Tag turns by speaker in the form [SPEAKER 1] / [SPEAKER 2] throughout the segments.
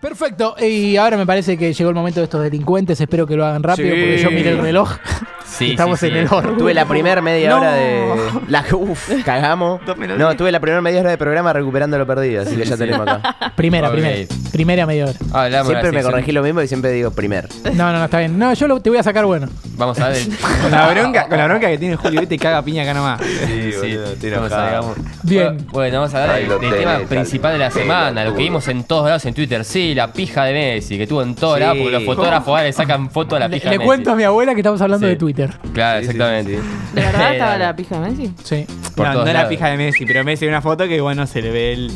[SPEAKER 1] Perfecto, y ahora me parece que llegó el momento de estos delincuentes, espero que lo hagan rápido
[SPEAKER 2] Sí.
[SPEAKER 1] porque yo miré el reloj.
[SPEAKER 3] Sí,
[SPEAKER 1] Estamos
[SPEAKER 3] sí, sí.
[SPEAKER 1] en el horno.
[SPEAKER 4] Tuve la primera media
[SPEAKER 2] No.
[SPEAKER 4] hora de. La, uf, cagamos.
[SPEAKER 2] No me lo
[SPEAKER 4] No,
[SPEAKER 2] digas.
[SPEAKER 4] tuve la primera media hora de programa recuperando lo perdido, así que ya
[SPEAKER 3] sí.
[SPEAKER 4] tenemos acá.
[SPEAKER 1] Primera,
[SPEAKER 3] Ok.
[SPEAKER 1] primera. Primera media hora.
[SPEAKER 3] Hablamos de la
[SPEAKER 4] Siempre me
[SPEAKER 3] sección.
[SPEAKER 4] corregí lo mismo y siempre digo primer.
[SPEAKER 1] No, no, no, está bien. No, yo lo- te voy a sacar bueno.
[SPEAKER 3] Vamos a ver.
[SPEAKER 2] Con la bronca, con la bronca que tiene Julio, hoy te caga piña acá nomás.
[SPEAKER 3] Sí,
[SPEAKER 4] boludo, estoy
[SPEAKER 3] vamos
[SPEAKER 4] enojado.
[SPEAKER 3] a, digamos.
[SPEAKER 1] Bien.
[SPEAKER 3] Bu- Bueno, vamos a hablar
[SPEAKER 4] Ahí
[SPEAKER 3] del,
[SPEAKER 4] lo
[SPEAKER 3] del
[SPEAKER 4] tenés,
[SPEAKER 3] tema
[SPEAKER 4] tal.
[SPEAKER 3] principal de la semana, lo que vimos en todos lados en Twitter. Sí, la pija de Messi, que tuvo en todos
[SPEAKER 4] Sí.
[SPEAKER 3] lados, porque los fotógrafos ahora le sacan foto a la
[SPEAKER 1] Le,
[SPEAKER 3] pija de
[SPEAKER 1] le
[SPEAKER 3] Messi.
[SPEAKER 1] cuento a mi abuela que estamos hablando
[SPEAKER 3] Sí.
[SPEAKER 1] de Twitter.
[SPEAKER 3] Claro,
[SPEAKER 4] Sí, sí,
[SPEAKER 3] exactamente.
[SPEAKER 4] sí,
[SPEAKER 5] ¿De verdad estaba
[SPEAKER 3] Era-
[SPEAKER 5] la pija de Messi?
[SPEAKER 1] Sí.
[SPEAKER 3] Por
[SPEAKER 2] no,
[SPEAKER 3] todos
[SPEAKER 2] no la
[SPEAKER 3] lados.
[SPEAKER 2] pija de Messi, pero Messi hay una foto que bueno se le ve el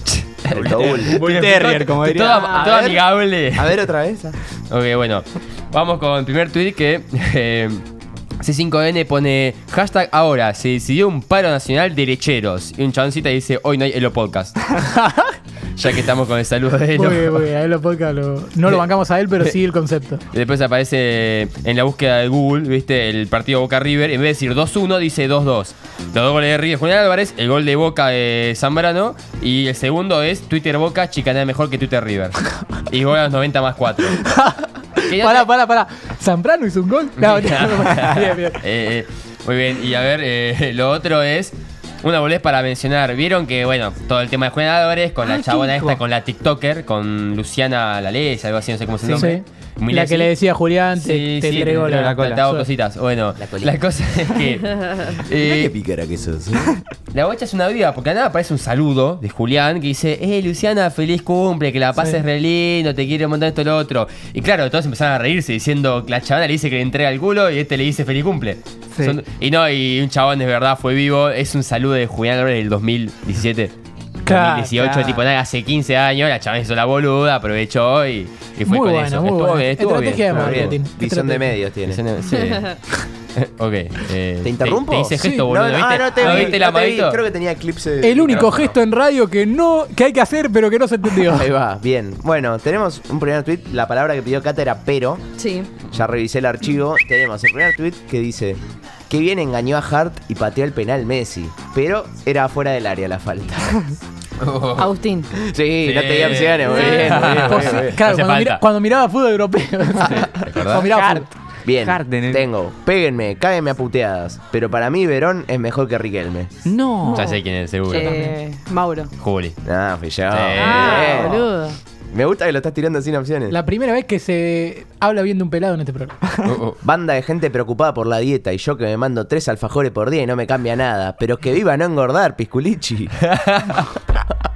[SPEAKER 4] El baúl.
[SPEAKER 2] Bull Terrier, como diría.
[SPEAKER 3] Toda, toda
[SPEAKER 4] A ver.
[SPEAKER 3] amigable.
[SPEAKER 4] A ver otra vez.
[SPEAKER 3] Ok, bueno. Vamos con el primer tweet que eh, C5N pone hashtag ahora. Se decidió un paro nacional de lecheros. Y un chaboncita dice hoy no hay Elo Podcast. ya que estamos con el saludo de Elo.
[SPEAKER 1] Muy bien, muy bien. A él lo podcast lo- No lo bancamos a él, pero sí el concepto.
[SPEAKER 3] Y Después aparece en la búsqueda de Google, ¿viste? El partido Boca River. En vez de decir 2-1, dice 2-2. Los dos goles de River Julián Álvarez, el gol de Boca de Zambrano. Y el segundo es Twitter Boca, chicanea mejor que Twitter River. Y gol a los 90 más 4.
[SPEAKER 1] Pará, pará, pará. ¿Zambrano hizo un gol? No, no, no. Bien, bien.
[SPEAKER 3] Eh, eh, muy bien, y a ver, eh, lo otro es. Una boludez para mencionar. Vieron que, bueno, todo el tema de Julián Álvarez con la
[SPEAKER 1] Ah,
[SPEAKER 5] Ay,
[SPEAKER 3] chabona
[SPEAKER 5] qué hijo.
[SPEAKER 3] esta, con la TikToker, con Luciana Laleza, algo así, no sé cómo se llama.
[SPEAKER 1] Sí. La que le decía a Julián, te, te entregó la,
[SPEAKER 3] cola. Te hago cositas. Bueno,
[SPEAKER 4] La colita.
[SPEAKER 3] la cosa es que. eh,
[SPEAKER 4] picara que sos.
[SPEAKER 3] la bocha es una vida, porque a nada aparece un saludo de Julián que dice, eh, Luciana, feliz cumple, que la pases re lindo, te quiero montar esto y lo otro. Y claro, todos empezaron a reírse diciendo que la chavana le dice que le entrega el culo y este le dice feliz cumple.
[SPEAKER 1] Sí.
[SPEAKER 3] Son- y no, y un chabón de verdad fue vivo, es un saludo de Julián Álvarez del 2017.
[SPEAKER 1] Claro,
[SPEAKER 3] 2018,
[SPEAKER 1] claro.
[SPEAKER 3] tipo nada, hace 15 años, la chavana hizo la boluda, aprovechó y, y
[SPEAKER 1] Muy
[SPEAKER 3] fue con
[SPEAKER 1] bueno,
[SPEAKER 3] eso.
[SPEAKER 1] muy
[SPEAKER 3] estuvo
[SPEAKER 1] bueno.
[SPEAKER 3] bien, estuvo bien.
[SPEAKER 1] Estrategia de
[SPEAKER 3] estuvo bien.
[SPEAKER 1] marketing.
[SPEAKER 4] Visión de medios tiene.
[SPEAKER 3] Sí. ok. eh,
[SPEAKER 4] ¿Te interrumpo?
[SPEAKER 3] Te, hice gesto,
[SPEAKER 1] Sí.
[SPEAKER 3] boludo.
[SPEAKER 4] no,
[SPEAKER 3] ¿viste?
[SPEAKER 4] ah, no te vi,
[SPEAKER 3] viste la
[SPEAKER 4] no te vi,
[SPEAKER 3] manito?
[SPEAKER 4] Creo que tenía clips. eh,
[SPEAKER 1] El único
[SPEAKER 3] Micrófono.
[SPEAKER 1] gesto en radio que no que hay que hacer, pero que no se entendió.
[SPEAKER 4] Ahí va, bien. Bueno, tenemos un primer tweet. La palabra que pidió Cata era pero.
[SPEAKER 5] Sí.
[SPEAKER 4] Ya revisé el archivo. Tenemos el primer tweet que dice: Que bien engañó a Hart y pateó el penal Messi. Pero era afuera del área la falta.
[SPEAKER 5] Oh, Agustín.
[SPEAKER 4] sí, no te di opciones. Muy bien, muy bien, muy bien, muy bien.
[SPEAKER 1] Pues, Claro,
[SPEAKER 3] Hace
[SPEAKER 1] cuando, mira-
[SPEAKER 3] falta.
[SPEAKER 1] cuando miraba fútbol europeo. Cuando miraba
[SPEAKER 4] Hart.
[SPEAKER 1] fútbol.
[SPEAKER 4] Bien,
[SPEAKER 2] Hart en el-
[SPEAKER 4] tengo. Péguenme, cáguenme a puteadas. Pero para mí, Verón es mejor que Riquelme.
[SPEAKER 1] No.
[SPEAKER 3] Ya sé quién es, seguro.
[SPEAKER 5] Eh, Mauro.
[SPEAKER 3] Juli.
[SPEAKER 4] Ah, fui yo.
[SPEAKER 3] Sí.
[SPEAKER 5] Ah,
[SPEAKER 3] eh,
[SPEAKER 4] Bien.
[SPEAKER 5] boludo.
[SPEAKER 4] Me gusta que lo estás tirando sin opciones.
[SPEAKER 1] La primera vez que se habla bien de un pelado en este programa.
[SPEAKER 4] Banda de gente preocupada por la dieta y yo que me mando tres alfajores por día y no me cambia nada. Pero que viva no engordar, Pisculichi.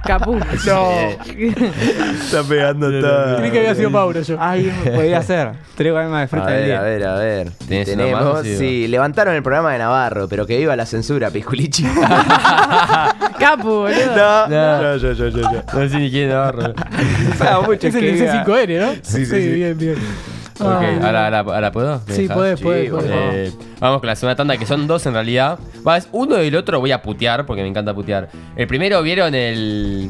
[SPEAKER 5] Capú.
[SPEAKER 4] Está pegando todo.
[SPEAKER 1] Creí que había sido Mauro yo.
[SPEAKER 2] Ay, Dios, podía ser. Tres más de
[SPEAKER 4] A
[SPEAKER 2] fruta del
[SPEAKER 4] ver,
[SPEAKER 2] día.
[SPEAKER 4] a ver, a ver.
[SPEAKER 3] ¿Tenés una
[SPEAKER 4] Tenemos,
[SPEAKER 3] mano, sí,
[SPEAKER 4] sí, levantaron el programa de Navarro, pero que viva la censura, Pisculichi.
[SPEAKER 5] Capu, boludo.
[SPEAKER 4] no,
[SPEAKER 3] yo, yo, yo, No sé ni quién agarro.
[SPEAKER 2] Sabe Ah, mucho
[SPEAKER 1] es el
[SPEAKER 2] que
[SPEAKER 1] del
[SPEAKER 2] vea.
[SPEAKER 1] C5N, ¿no? Sí, bien, bien. Ah.
[SPEAKER 3] Ok,
[SPEAKER 2] Ah.
[SPEAKER 3] ahora, ahora, ahora puedo. ¿Me
[SPEAKER 1] Sí,
[SPEAKER 3] dejas?
[SPEAKER 1] podés, podés, podés.
[SPEAKER 3] Eh, vamos con la segunda tanda, que son dos en realidad. Va, es uno y el otro voy a putear, porque me encanta putear. El primero vieron el.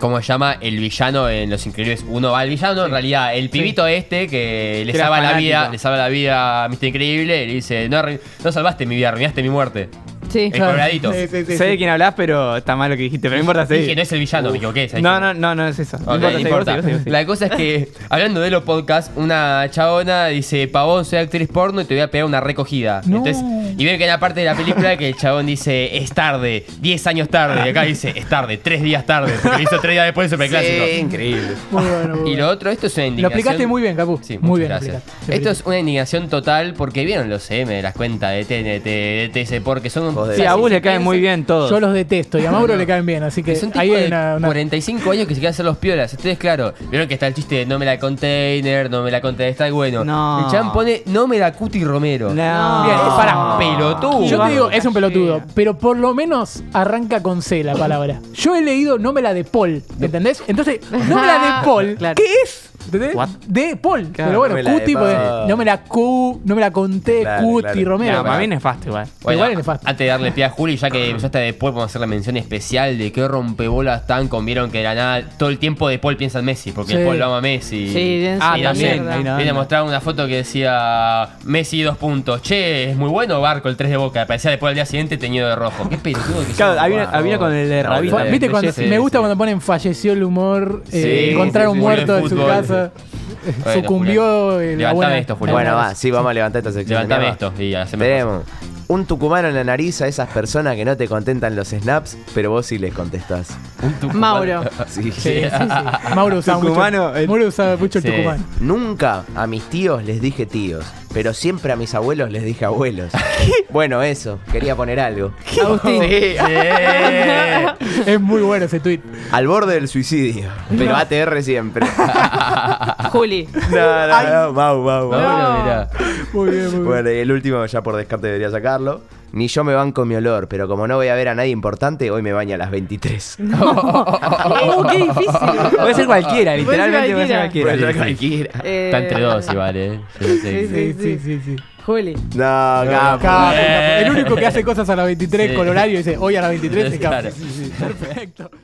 [SPEAKER 3] ¿Cómo se llama? El villano en Los Increíbles 1. Va, el villano en realidad, el pibito este que le
[SPEAKER 2] Que era
[SPEAKER 3] salva la
[SPEAKER 2] fanático.
[SPEAKER 3] vida, le salva la vida a Mr. Increíble, y le dice, no, arruin- no salvaste mi vida, arruinaste mi muerte.
[SPEAKER 5] Sí.
[SPEAKER 3] El coloradito.
[SPEAKER 1] Sí, sí, sí,
[SPEAKER 2] Sé de
[SPEAKER 1] sí.
[SPEAKER 2] quién hablas, pero está mal lo que dijiste. Pero no importa, seguí.
[SPEAKER 3] Dije, no es el villano, me equivoqué. ¿sabes
[SPEAKER 2] No,
[SPEAKER 3] qué?
[SPEAKER 2] no, no, no es eso. No
[SPEAKER 3] Ok,
[SPEAKER 2] importa,
[SPEAKER 3] no
[SPEAKER 2] seguí,
[SPEAKER 3] importa.
[SPEAKER 2] vos seguí, vos seguí.
[SPEAKER 3] La cosa es que, hablando de los podcasts, una chabona dice, Pavón, soy actriz porno y te voy a pegar una recogida.
[SPEAKER 1] No.
[SPEAKER 3] Entonces, y ven que en la parte de la película que el chabón dice, es tarde, 10 años tarde. Y acá dice, es tarde, 3 días tarde. Porque lo hizo 3 días después del superclásico.
[SPEAKER 4] increíble.
[SPEAKER 1] Muy bueno, muy
[SPEAKER 3] Y
[SPEAKER 1] bueno.
[SPEAKER 3] lo otro, esto es una
[SPEAKER 1] Lo
[SPEAKER 3] indignación.
[SPEAKER 1] explicaste muy bien, Capu.
[SPEAKER 3] Sí, muchas
[SPEAKER 1] muy bien. lo
[SPEAKER 3] gracias.
[SPEAKER 1] explicaste.
[SPEAKER 3] Esto es una indignación total porque vieron los M de las cuentas de TNT, de TC, porque son...
[SPEAKER 4] Joder.
[SPEAKER 2] Sí, a Bus le cae
[SPEAKER 3] caen
[SPEAKER 2] muy bien todo.
[SPEAKER 1] Yo los detesto y a Mauro le caen bien, así que
[SPEAKER 3] Es un tipo
[SPEAKER 1] ahí hay
[SPEAKER 3] de
[SPEAKER 1] una. una-
[SPEAKER 3] 45 años que se quiere hacer los piolas. Ustedes, claro, vieron que está el chiste de no me la container, no me la container, está bueno.
[SPEAKER 2] No.
[SPEAKER 3] El chabón pone no me la cuti Romero.
[SPEAKER 2] No.
[SPEAKER 3] Bien, es para
[SPEAKER 2] Y
[SPEAKER 3] pelotudo.
[SPEAKER 1] Yo te
[SPEAKER 2] vamos,
[SPEAKER 1] digo, es un pelotudo,
[SPEAKER 2] callea.
[SPEAKER 1] pero por lo menos arranca con C la palabra. Yo he leído no me la de Paul, ¿entendés? Entonces, no me la de Paul,
[SPEAKER 5] Claro.
[SPEAKER 1] ¿qué es? ¿Entendés?
[SPEAKER 2] What?
[SPEAKER 1] De Paul.
[SPEAKER 2] Claro,
[SPEAKER 1] pero
[SPEAKER 4] no
[SPEAKER 1] bueno,
[SPEAKER 4] me la
[SPEAKER 1] Cuti,
[SPEAKER 4] de
[SPEAKER 1] porque
[SPEAKER 4] Paul.
[SPEAKER 1] no me la cu, no me la conté,
[SPEAKER 4] Claro,
[SPEAKER 1] Cuti
[SPEAKER 4] claro.
[SPEAKER 1] Romero.
[SPEAKER 2] No, para
[SPEAKER 1] Pero-
[SPEAKER 2] mí nefasto igual.
[SPEAKER 1] Pero igual es nefasto.
[SPEAKER 3] antes de darle pie a Juli, ya que empezaste de Paul, vamos a hacer la mención especial de qué rompebolas tan convieron que era nada. Todo el tiempo de Paul piensa en Messi, porque
[SPEAKER 1] Sí.
[SPEAKER 3] el Paul lo ama a Messi.
[SPEAKER 5] Sí, dense
[SPEAKER 3] ah,
[SPEAKER 5] la
[SPEAKER 3] también.
[SPEAKER 5] mierda. Ahí
[SPEAKER 2] no
[SPEAKER 3] Viene a
[SPEAKER 2] anda.
[SPEAKER 3] mostrar una foto que decía Messi dos puntos. Che, es muy bueno Barco el 3 de boca. Parecía después al día siguiente teñido de rojo. Qué pelotudo que
[SPEAKER 2] Claro,
[SPEAKER 3] son,
[SPEAKER 2] había-
[SPEAKER 3] guau.
[SPEAKER 2] había con el de
[SPEAKER 3] No,
[SPEAKER 2] Rabita.
[SPEAKER 1] Fa-
[SPEAKER 3] olvidate.
[SPEAKER 1] ¿Viste cuando,
[SPEAKER 3] Sí,
[SPEAKER 1] me gusta
[SPEAKER 3] sí.
[SPEAKER 1] cuando ponen falleció el humor, eh,
[SPEAKER 3] Sí,
[SPEAKER 1] encontraron
[SPEAKER 3] sí, sí,
[SPEAKER 1] muerto
[SPEAKER 3] sí,
[SPEAKER 1] en su
[SPEAKER 3] fútbol,
[SPEAKER 1] casa,
[SPEAKER 3] Bueno,
[SPEAKER 1] sucumbió
[SPEAKER 3] Julián,
[SPEAKER 1] el
[SPEAKER 3] levantame
[SPEAKER 1] abuelo.
[SPEAKER 3] esto, Julián.
[SPEAKER 4] Bueno, va, sí, vamos a levantar esta sección. de
[SPEAKER 3] Levantame
[SPEAKER 4] mierda.
[SPEAKER 3] esto y haceme.
[SPEAKER 4] Tenemos un tucumano en la nariz a esas personas que no te contentan los snaps, pero vos sí les contestás.
[SPEAKER 5] Mauro.
[SPEAKER 4] Ah,
[SPEAKER 1] Sí,
[SPEAKER 4] Sí.
[SPEAKER 1] sí, sí. Mauro usaba
[SPEAKER 2] Tucumano,
[SPEAKER 1] mucho,
[SPEAKER 2] el-
[SPEAKER 1] Mauro usaba mucho el
[SPEAKER 3] Sí.
[SPEAKER 1] tucumano.
[SPEAKER 4] Nunca a mis tíos les dije tíos, pero siempre a mis abuelos les dije abuelos. Bueno, eso, quería poner algo.
[SPEAKER 5] Agustín.
[SPEAKER 3] Sí.
[SPEAKER 5] Eh.
[SPEAKER 3] Sí.
[SPEAKER 1] Es muy bueno ese tweet.
[SPEAKER 4] Al borde del suicidio, pero ATR siempre.
[SPEAKER 5] Juli.
[SPEAKER 4] No, no, no, mau, mau, mau.
[SPEAKER 3] Mauro, mirá.
[SPEAKER 1] Muy bien, muy bien.
[SPEAKER 4] Bueno, y el último ya por descarte debería sacarlo. Ni yo me banco mi olor, pero como no voy a ver a nadie importante, hoy me baño a las 23.
[SPEAKER 5] Uh, qué difícil.
[SPEAKER 2] Puede ser cualquiera,
[SPEAKER 5] Puede ser
[SPEAKER 2] literalmente puede ser
[SPEAKER 5] cualquiera.
[SPEAKER 2] cualquiera.
[SPEAKER 4] cualquiera.
[SPEAKER 5] Eh,
[SPEAKER 3] Está entre dos igual, eh. Yo no sé.
[SPEAKER 5] Sí, sí, sí. Juli.
[SPEAKER 4] No, capo.
[SPEAKER 1] Capo,
[SPEAKER 3] Eh.
[SPEAKER 1] capo. El único que hace cosas a las 23
[SPEAKER 3] Sí.
[SPEAKER 1] con horario dice hoy a las 23 es capo.
[SPEAKER 3] Claro.
[SPEAKER 1] Sí, sí, sí. Perfecto.